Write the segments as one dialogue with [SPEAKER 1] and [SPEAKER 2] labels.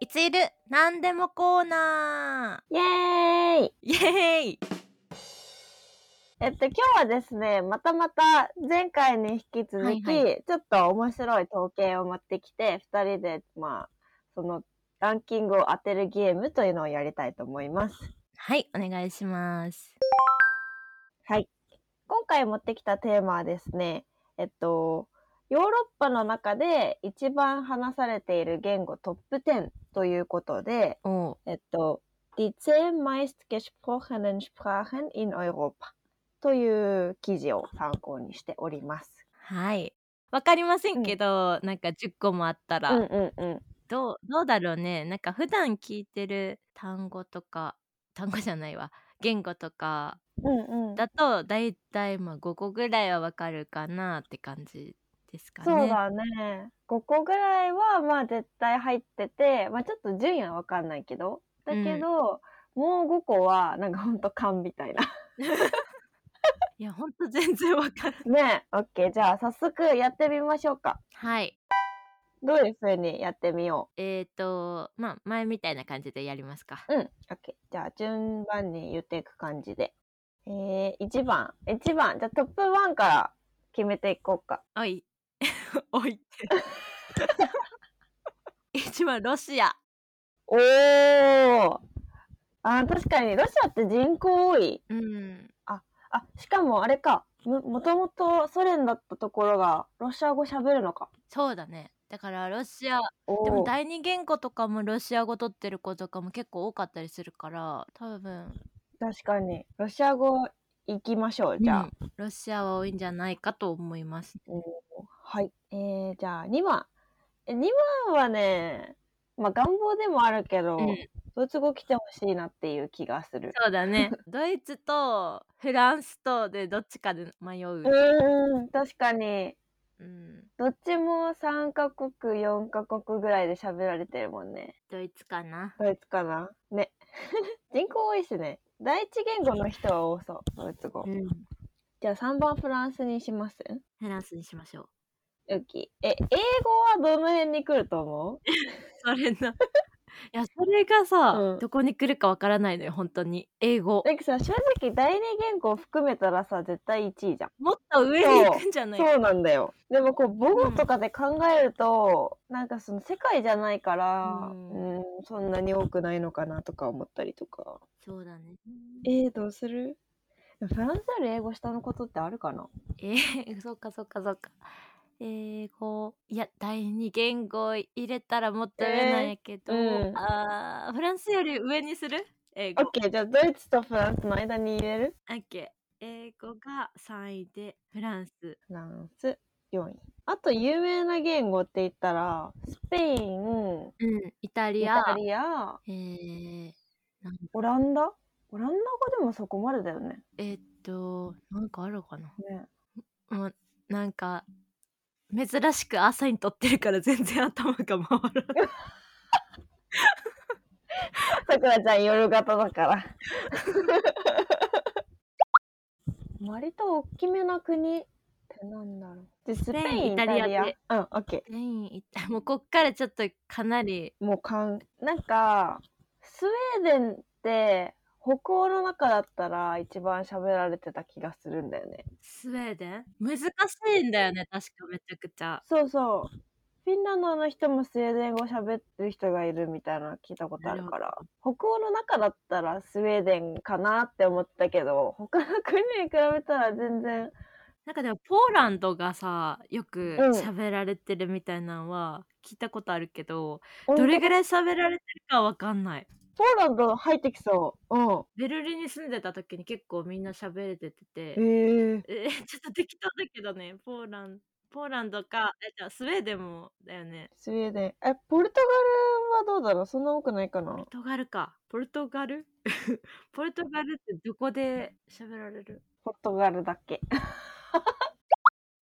[SPEAKER 1] いついる何でもコーナ
[SPEAKER 2] イエーイ
[SPEAKER 1] ーイエーイ
[SPEAKER 2] えっと、今日はですね、またまた前回に引き続き、
[SPEAKER 1] はい
[SPEAKER 2] ちょっと面白い統計を持ってきて、二人で、まあ、そのランキングを当てるゲームというのをやりたいと思います。
[SPEAKER 1] はい、お願いします。
[SPEAKER 2] はい。今回持ってきたテーマはですね、えっと、ヨーロッパの中で一番話されている言語トップ10ということで、
[SPEAKER 1] お
[SPEAKER 2] えっと、Die zehn meistgesprochenen Sprachen in Europa という記事を参考にしております。
[SPEAKER 1] はい。わかりませんけど、なんか10個もあった
[SPEAKER 2] う
[SPEAKER 1] ら、
[SPEAKER 2] んうんうん。
[SPEAKER 1] どうどうだろうねなんか普段聞いてる単語とか単語じゃないわ言語とか
[SPEAKER 2] うんうん、
[SPEAKER 1] だとだいたいまあ5個ぐらいはわかるかなって感じですかね。
[SPEAKER 2] そうだね。5個ぐらいはまあ絶対入ってて、まあちょっと順位はわかんないけど、だけど、もう5個はなんかほんと勘みたいな。
[SPEAKER 1] いやほんと全然わからん。
[SPEAKER 2] ねえ、オッケー。じゃあ早速やってみましょうか。
[SPEAKER 1] はい。
[SPEAKER 2] どういう風にやってみよ
[SPEAKER 1] えーとまあ前みたいな感じでやりますか。
[SPEAKER 2] う。うん。オッケー。じゃあ順番に言っていく感じで。えー、1番。1番。じゃあトップ1から決めていこうか。
[SPEAKER 1] おい。 おいって。 一番ロシア。
[SPEAKER 2] おーあー確かにロシアって人口多い。
[SPEAKER 1] うん。
[SPEAKER 2] あ、しかもあれか。も、もともとソ連だったところがロシア語喋るのか。
[SPEAKER 1] そうだね。だからロシア
[SPEAKER 2] お
[SPEAKER 1] でも
[SPEAKER 2] ー
[SPEAKER 1] 第二言語とかもロシア語取ってる子とかも結構多かったりするから多分
[SPEAKER 2] 確かに。ロシア語行きましょう。じゃあ。
[SPEAKER 1] うんロシアは多いんじゃないかと思います。
[SPEAKER 2] はい。えー、じゃあ2番。え2番はね、まあ願望でもあるけど、
[SPEAKER 1] うん
[SPEAKER 2] ドイツ語来てほしいなっていう気がする。
[SPEAKER 1] そうだ ねドイツとフランスとでどっちかで迷う
[SPEAKER 2] う、ーん、確かに。
[SPEAKER 1] うん、
[SPEAKER 2] どっちも3カ国、4カ国ぐらいで喋られてるもんね。
[SPEAKER 1] ドイツかな
[SPEAKER 2] ドイツかなね。 人口多いしね。第一言語の人は多そう、ドイツ語。
[SPEAKER 1] うん
[SPEAKER 2] じゃあ3番フランスにします
[SPEAKER 1] フランスにしましょう
[SPEAKER 2] ウキ。え、英語はどの辺に来ると思う
[SPEAKER 1] それな いやそれがさ、
[SPEAKER 2] うん
[SPEAKER 1] どこに来るかわからないのよ本当に英語
[SPEAKER 2] なんかさ、正直第二言語を含めたらさ、絶対1位じゃん。
[SPEAKER 1] もっと上に行くんじゃない
[SPEAKER 2] そうなんだよ。でもこう母語とかで考えると、なんかその世界じゃないから、
[SPEAKER 1] う
[SPEAKER 2] うんん、そんなに多くないのかなとか思ったりとか。
[SPEAKER 1] そうだね
[SPEAKER 2] えー、どうするフランスより英語下のことってあるかな
[SPEAKER 1] えー、そっかそっかそっか。英語いや第二言語入れたらもっと上なんやけど、
[SPEAKER 2] えーうん
[SPEAKER 1] あーフランスより上にする英
[SPEAKER 2] オ
[SPEAKER 1] 語。
[SPEAKER 2] ッケー、じゃあドイツとフランスの間に入れる
[SPEAKER 1] オッケー。英語が3位でフランス。
[SPEAKER 2] フランス4位。あと有名な言語って言ったら、スペイン、
[SPEAKER 1] うん。イタ
[SPEAKER 2] イ
[SPEAKER 1] リア。
[SPEAKER 2] タリア、
[SPEAKER 1] えー、
[SPEAKER 2] オランダオランダ語でもそこまでだよね。
[SPEAKER 1] えーっとなんかあるかな。
[SPEAKER 2] ね
[SPEAKER 1] もうなんか珍しく朝にとってるから全然頭が回らない。
[SPEAKER 2] さくらちゃん夜型だから。 割と大きめな国ってなんだろう。でスペ
[SPEAKER 1] ペイン
[SPEAKER 2] イン、
[SPEAKER 1] イ
[SPEAKER 2] イ
[SPEAKER 1] タ
[SPEAKER 2] タ
[SPEAKER 1] リ
[SPEAKER 2] リ
[SPEAKER 1] ア
[SPEAKER 2] ア。
[SPEAKER 1] で
[SPEAKER 2] うん、オッケ
[SPEAKER 1] 全員イタもうこっからちょっとかなり
[SPEAKER 2] ー。もうかん、なんか、スウェーデンって北欧の中だったら一番喋られてた気がするんだよね。
[SPEAKER 1] スウェーデン難しいんだよね確かめちゃくちゃ。
[SPEAKER 2] そうそう。フィンランドの人もスウェーデン語喋ってる人がいるみたいなの聞いたことあるから、北欧の中だったらスウェーデンかなって思ったけど、他の国に比べたら全然
[SPEAKER 1] なんかでもポーランドがさよく
[SPEAKER 2] うん
[SPEAKER 1] 喋られてるみたいなのは聞いたことあるけど、どれぐらい喋られてるかわかんない
[SPEAKER 2] ポーランド入ってきそう。うん。
[SPEAKER 1] ベルリンに住んでた時に結構みんな喋れてて、
[SPEAKER 2] ええ
[SPEAKER 1] えーちょっと適当だけどねポーランポーランドかえじゃあスウェーデンもだよね
[SPEAKER 2] スウェーデン。え、ポルトガルはどうだろうそんな多くないかな
[SPEAKER 1] ポルトガルかポルトガル ポルトガルってどこで喋られる
[SPEAKER 2] ポルトガルだけ。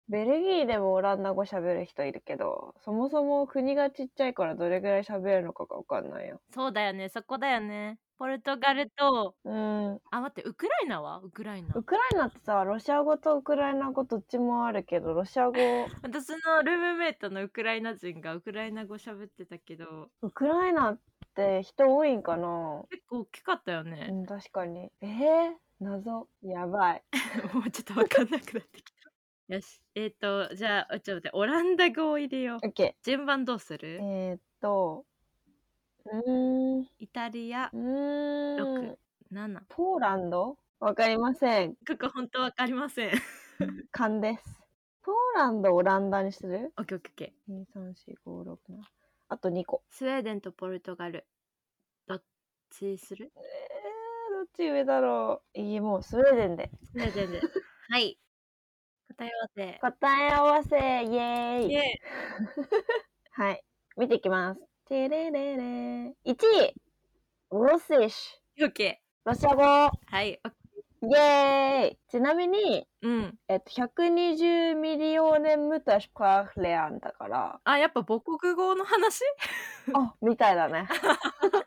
[SPEAKER 2] ベルギーでもオランダ語喋る人いるけど、そもそも国がちっちゃいからどれぐらい喋るのかがわかんないよ。
[SPEAKER 1] そうだよねそこだよねポルトガルと、
[SPEAKER 2] うん。
[SPEAKER 1] あ、待って、ウクライナはウクライナ
[SPEAKER 2] ウ。クライナってさ、ロシア語とウクライナ語どっちもあるけど、ロシア語、
[SPEAKER 1] 私のルームメイトのウクライナ人がウクライナ語喋ってたけど、
[SPEAKER 2] ウクライナって人多いんかな
[SPEAKER 1] 結構大きかったよ
[SPEAKER 2] う
[SPEAKER 1] ね。
[SPEAKER 2] ん、確かに。えー、謎。やばい。
[SPEAKER 1] もうちょっとわかんなくなってきた。 よし。えっ、と、じゃあ、ちょっと待って、オランダ語を入れよう
[SPEAKER 2] オ。ッケ
[SPEAKER 1] 順番どうす
[SPEAKER 2] ー。
[SPEAKER 1] る
[SPEAKER 2] えー、っと、うーん、う
[SPEAKER 1] イタリア、
[SPEAKER 2] ーん
[SPEAKER 1] 六、7。
[SPEAKER 2] ポーランドわかりません。
[SPEAKER 1] ここ本当わかりません。
[SPEAKER 2] 勘です。ポーランド、オランダにする
[SPEAKER 1] オッケーオッケーオッケー。
[SPEAKER 2] ?2、3、4、5、6、7。あと2個。
[SPEAKER 1] スウェーデンとポルトガル。どっちする
[SPEAKER 2] えー、どっち上だろういい、もうスウェーデンで。
[SPEAKER 1] スウェーデンで。はい。答え合わせ。
[SPEAKER 2] 答え合わせ、イエーイ。
[SPEAKER 1] イエーイ
[SPEAKER 2] はい。見ていきます。てれれれ。1位、ロシッシュ。
[SPEAKER 1] オッケ
[SPEAKER 2] ロシア語。
[SPEAKER 1] ー。はい。オッ
[SPEAKER 2] イエーイちなみに、
[SPEAKER 1] うん。
[SPEAKER 2] えっと、120ミリオーネムタシュパーフレアンだ から、
[SPEAKER 1] あ、やっぱ母国語の話
[SPEAKER 2] あ、みたいだね。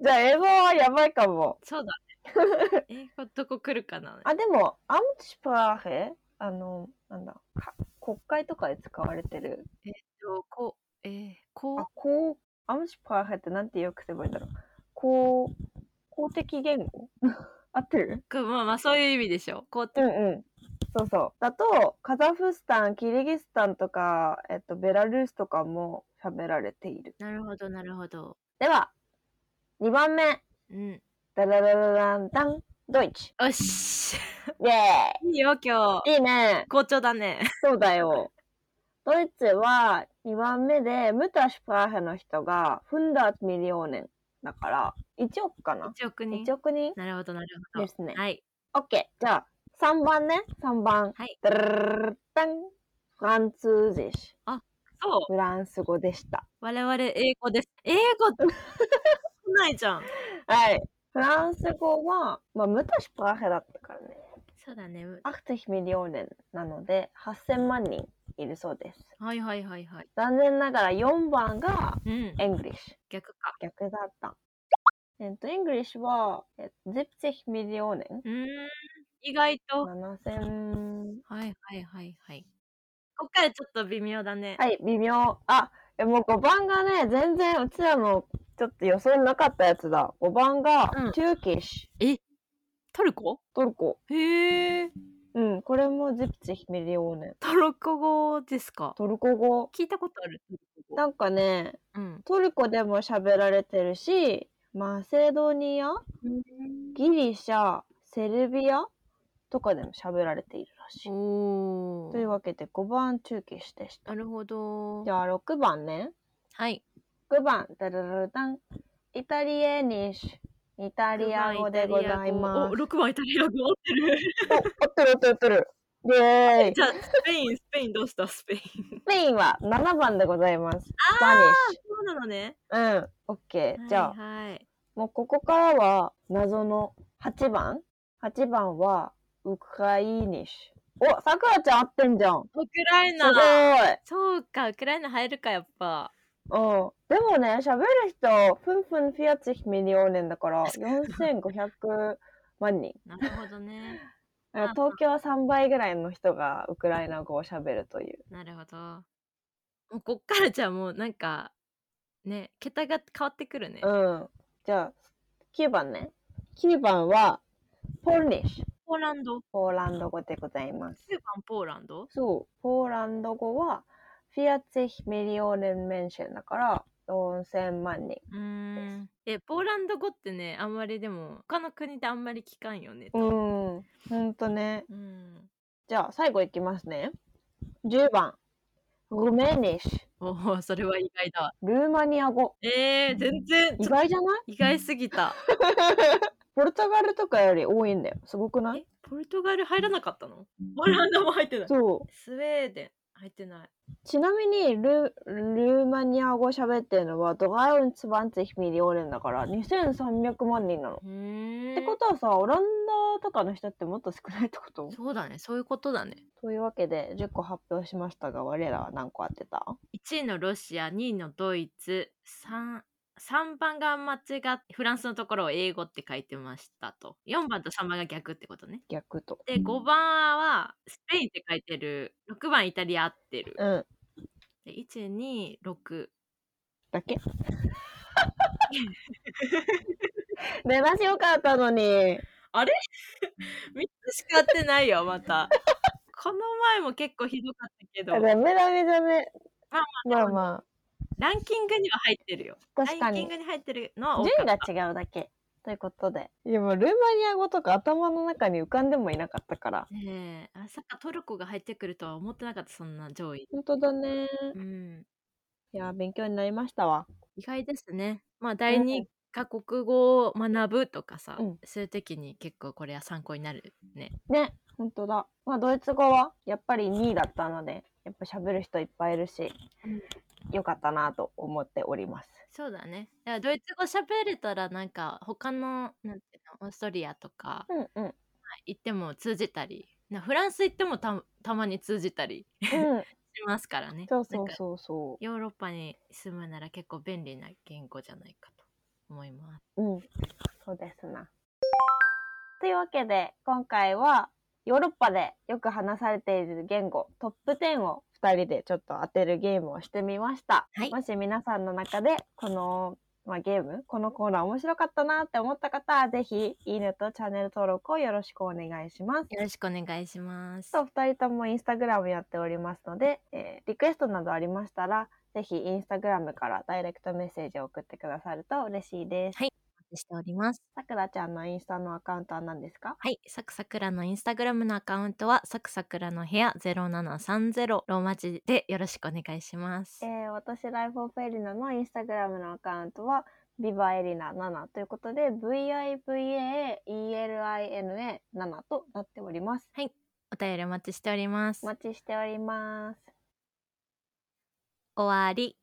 [SPEAKER 2] じゃあ、英語はやばいかも。
[SPEAKER 1] そうだね。英語どこ来るかな
[SPEAKER 2] あ、でも、アムチパーフェあの、なんだ、か国会とかで使われてる。
[SPEAKER 1] と、こう、えー、こ
[SPEAKER 2] あ
[SPEAKER 1] う、、
[SPEAKER 2] こう、アムチパーフェってなんてよくせばいいんだろう。こう、公的言語 合ってる
[SPEAKER 1] くまあまあそういう意味でしょ。こうって、
[SPEAKER 2] うんうん。そうそう。だと、カザフスタン、キリギスタンとか、えっと、ベラルーシとかも喋られている。
[SPEAKER 1] なるほど、なるほど。
[SPEAKER 2] では、2番目。
[SPEAKER 1] うん。
[SPEAKER 2] ダラララランダン、ドイツ。
[SPEAKER 1] よし。
[SPEAKER 2] イェ
[SPEAKER 1] いいよ、今
[SPEAKER 2] ーイいいね。
[SPEAKER 1] 日。好調だね。
[SPEAKER 2] そうだよ。ドイツは2番目で、ムタシュパーヘの人が、フンダーミリオーネン。だから、1億かな
[SPEAKER 1] 1億人
[SPEAKER 2] ?1。億人
[SPEAKER 1] なるほど、なるほ
[SPEAKER 2] で
[SPEAKER 1] ど。
[SPEAKER 2] すね。
[SPEAKER 1] はい。
[SPEAKER 2] オッケー。じゃあ、3番ね。3番。
[SPEAKER 1] はい。
[SPEAKER 2] ダララララダン、フランツージシ。
[SPEAKER 1] そう。
[SPEAKER 2] フランス語でした。
[SPEAKER 1] 我々英語です。英語ないじゃん。
[SPEAKER 2] はい。フランス語は、まあ、ムタシュパーヘだったからね。
[SPEAKER 1] そうだね。
[SPEAKER 2] 80ミリオーネンなので、8000万人いるそうです。
[SPEAKER 1] はいはいはいはい。
[SPEAKER 2] 残念ながら4番が、
[SPEAKER 1] うん。
[SPEAKER 2] エングリッシュ。
[SPEAKER 1] 逆か。
[SPEAKER 2] 逆だった。えっと、エングリッシュは、えっと、70ミリオーネン。
[SPEAKER 1] うーん。意外と。
[SPEAKER 2] 7000。
[SPEAKER 1] はいはいはいはい。こっからちょっと微妙だね。
[SPEAKER 2] はい、微妙。あ、えもう5番がね、全然うちらのちょっと予想になかったやつだ。5番が、
[SPEAKER 1] うん
[SPEAKER 2] トゥーキッシュ。
[SPEAKER 1] トルコ
[SPEAKER 2] トルコ。
[SPEAKER 1] へえ。
[SPEAKER 2] うん、これも70ミリオーネン。
[SPEAKER 1] トルコ語ですか。
[SPEAKER 2] トルコ語。
[SPEAKER 1] 聞いたことある。
[SPEAKER 2] なんかね、
[SPEAKER 1] うん。
[SPEAKER 2] トルコでも喋られてるし、マセドニア、ギリシャ、セルビアとかでも喋られているらしい。
[SPEAKER 1] お
[SPEAKER 2] という
[SPEAKER 1] お。
[SPEAKER 2] わけで5番中継でした
[SPEAKER 1] な。るほど
[SPEAKER 2] じ。ゃあ6番ね。
[SPEAKER 1] はい。
[SPEAKER 2] 6番、ダルルルダン。イタリエニッシュ。イタリア語でございま
[SPEAKER 1] お
[SPEAKER 2] す。
[SPEAKER 1] 六番イタリア語合ってる。
[SPEAKER 2] お、合ってる合ってる合ってる。イェー イ。
[SPEAKER 1] じゃあスペインスペインどうしたスペイン。
[SPEAKER 2] スペインは7番でございます。スパニッシ
[SPEAKER 1] そうなのね。
[SPEAKER 2] ュ。うん。オッケー。じゃあ、
[SPEAKER 1] はいはい。
[SPEAKER 2] もうここからは謎の8番 ?8 番はウクライニッシュ。お、さくらちゃん合ってんじゃん。す
[SPEAKER 1] ウクライ
[SPEAKER 2] ご
[SPEAKER 1] ナ。
[SPEAKER 2] い。
[SPEAKER 1] そうか、ウクライナ入るか、やっぱ。
[SPEAKER 2] うん。でもね、喋る人、フンフンフィアツヒミリオーネンだから、4500万 人。
[SPEAKER 1] なるほどね。
[SPEAKER 2] だから東京は3倍ぐらいの人がウクライナ語を喋るという。
[SPEAKER 1] なるほど。もうこっからじゃあもうなんか、ね、桁が変わってくるね。
[SPEAKER 2] うん。じゃあ、9番ね。9番は、ポルニッシュ。
[SPEAKER 1] ポーランド。
[SPEAKER 2] ポーランド語でございます。
[SPEAKER 1] 9番ポーランド
[SPEAKER 2] そう、ポーランド語は、フィアツェヒミリオーネンメンシェンだから、4000万人。
[SPEAKER 1] うーん。え、ポーランド語ってね、あんまりでも、他の国であんまり聞かんよね。
[SPEAKER 2] うん、ほんとね。
[SPEAKER 1] うん。
[SPEAKER 2] じゃあ、最後いきますね。10番、ルメニッシュ、
[SPEAKER 1] おお、それは意外だ。
[SPEAKER 2] ルーマニア語。
[SPEAKER 1] えー、全然、
[SPEAKER 2] 意
[SPEAKER 1] ちょ
[SPEAKER 2] 外じゃない
[SPEAKER 1] 意外すぎた。
[SPEAKER 2] ポルトガルとかより多いんだよ。すごくない
[SPEAKER 1] え、ポルトガル入らなかったのポーランドも入ってない。
[SPEAKER 2] そう。
[SPEAKER 1] スウェーデン入ってない。
[SPEAKER 2] ちなみにル、ルーマニア語喋ってるのは、ドガウンツバンツェヒミリオーネンだから、2300万人なの。
[SPEAKER 1] うーん。
[SPEAKER 2] ってことはさ、オランダとかの人ってもっと少ないってこと
[SPEAKER 1] そうだね、そういうことだね。
[SPEAKER 2] というわけで10個発表しましたが我らは何個当てた
[SPEAKER 1] 1位のロシア2位のドイツ3 3番が間違っフランスのところを英語って書いてましたと。4番と3番が逆ってことね。
[SPEAKER 2] 逆と。
[SPEAKER 1] で、5番はスペインって書いてる。6番イタリア合ってる。
[SPEAKER 2] うん。
[SPEAKER 1] で1、2、6。
[SPEAKER 2] だ け出だしよかったのに。
[SPEAKER 1] 3つしか合ってないよ、また。 この前も結構ひどかったけど
[SPEAKER 2] ダ、メダメダメ。
[SPEAKER 1] まあ
[SPEAKER 2] まあま
[SPEAKER 1] ランキングには入ってるよ。
[SPEAKER 2] あ、確か
[SPEAKER 1] ランキング
[SPEAKER 2] に。
[SPEAKER 1] に入ってるのは多かっ
[SPEAKER 2] 順が
[SPEAKER 1] た。
[SPEAKER 2] 違うだけ。ということで。いやもうルーマニア語とか頭の中に浮かんでもいなかったから。
[SPEAKER 1] ねえ、まさかトルコが入ってくるとは思ってなかった、そんな上位。
[SPEAKER 2] 本当だね。
[SPEAKER 1] うん。
[SPEAKER 2] いや、勉強になりましたわ。
[SPEAKER 1] 意外ですね。まあ、第二か国語を学ぶとかさ、
[SPEAKER 2] うん
[SPEAKER 1] そういう時に結構これは参考になるね。
[SPEAKER 2] ね、本当だ。まあ、ドイツ語はやっぱり2位だったので、やっぱ喋る人いっぱいいるし、よかったなと思っております。
[SPEAKER 1] そうだね。だからドイツ語喋れたらなんか他のなんていうのオーストリアとか
[SPEAKER 2] うん うん。うん。
[SPEAKER 1] 行っても通じたり、なフランス行ってもたたまに通じたりしますからね。
[SPEAKER 2] そうそう
[SPEAKER 1] なんか
[SPEAKER 2] そうそ
[SPEAKER 1] ヨーロッパに住むなら結構便利な言語じゃないかと思います。
[SPEAKER 2] う。うん。そうですな。というわけで、今回はヨーロッパでよく話されている言語トップ10を2人でちょっと当てるゲームをしてみました。
[SPEAKER 1] はい
[SPEAKER 2] もし皆さんの中でこの、まあ、ゲーム、このコーナー面白かったなって思った方は、ぜひいいねとチャンネル登録をよろしくお願いします。
[SPEAKER 1] よろしくお願いします。
[SPEAKER 2] と2人ともインスタグラムやっておりますので、えーリクエストなどありましたらぜひインスタグラムからダイレクトメッセージを送ってくださると嬉しいです。
[SPEAKER 1] しております。
[SPEAKER 2] さくらちゃんのインスタのアカウントは何ですか
[SPEAKER 1] はい、サクサクラのインスタグラムのアカウントはサクサクラの部屋0730ローマ字でよろしくお願いします
[SPEAKER 2] え。ー私ライフオブエリナのインスタグラムのアカウントはビバエリナ7ということで VIVAELINA7 となっております。
[SPEAKER 1] お便りお待ちしております。
[SPEAKER 2] お待ちしております。
[SPEAKER 1] 終わり。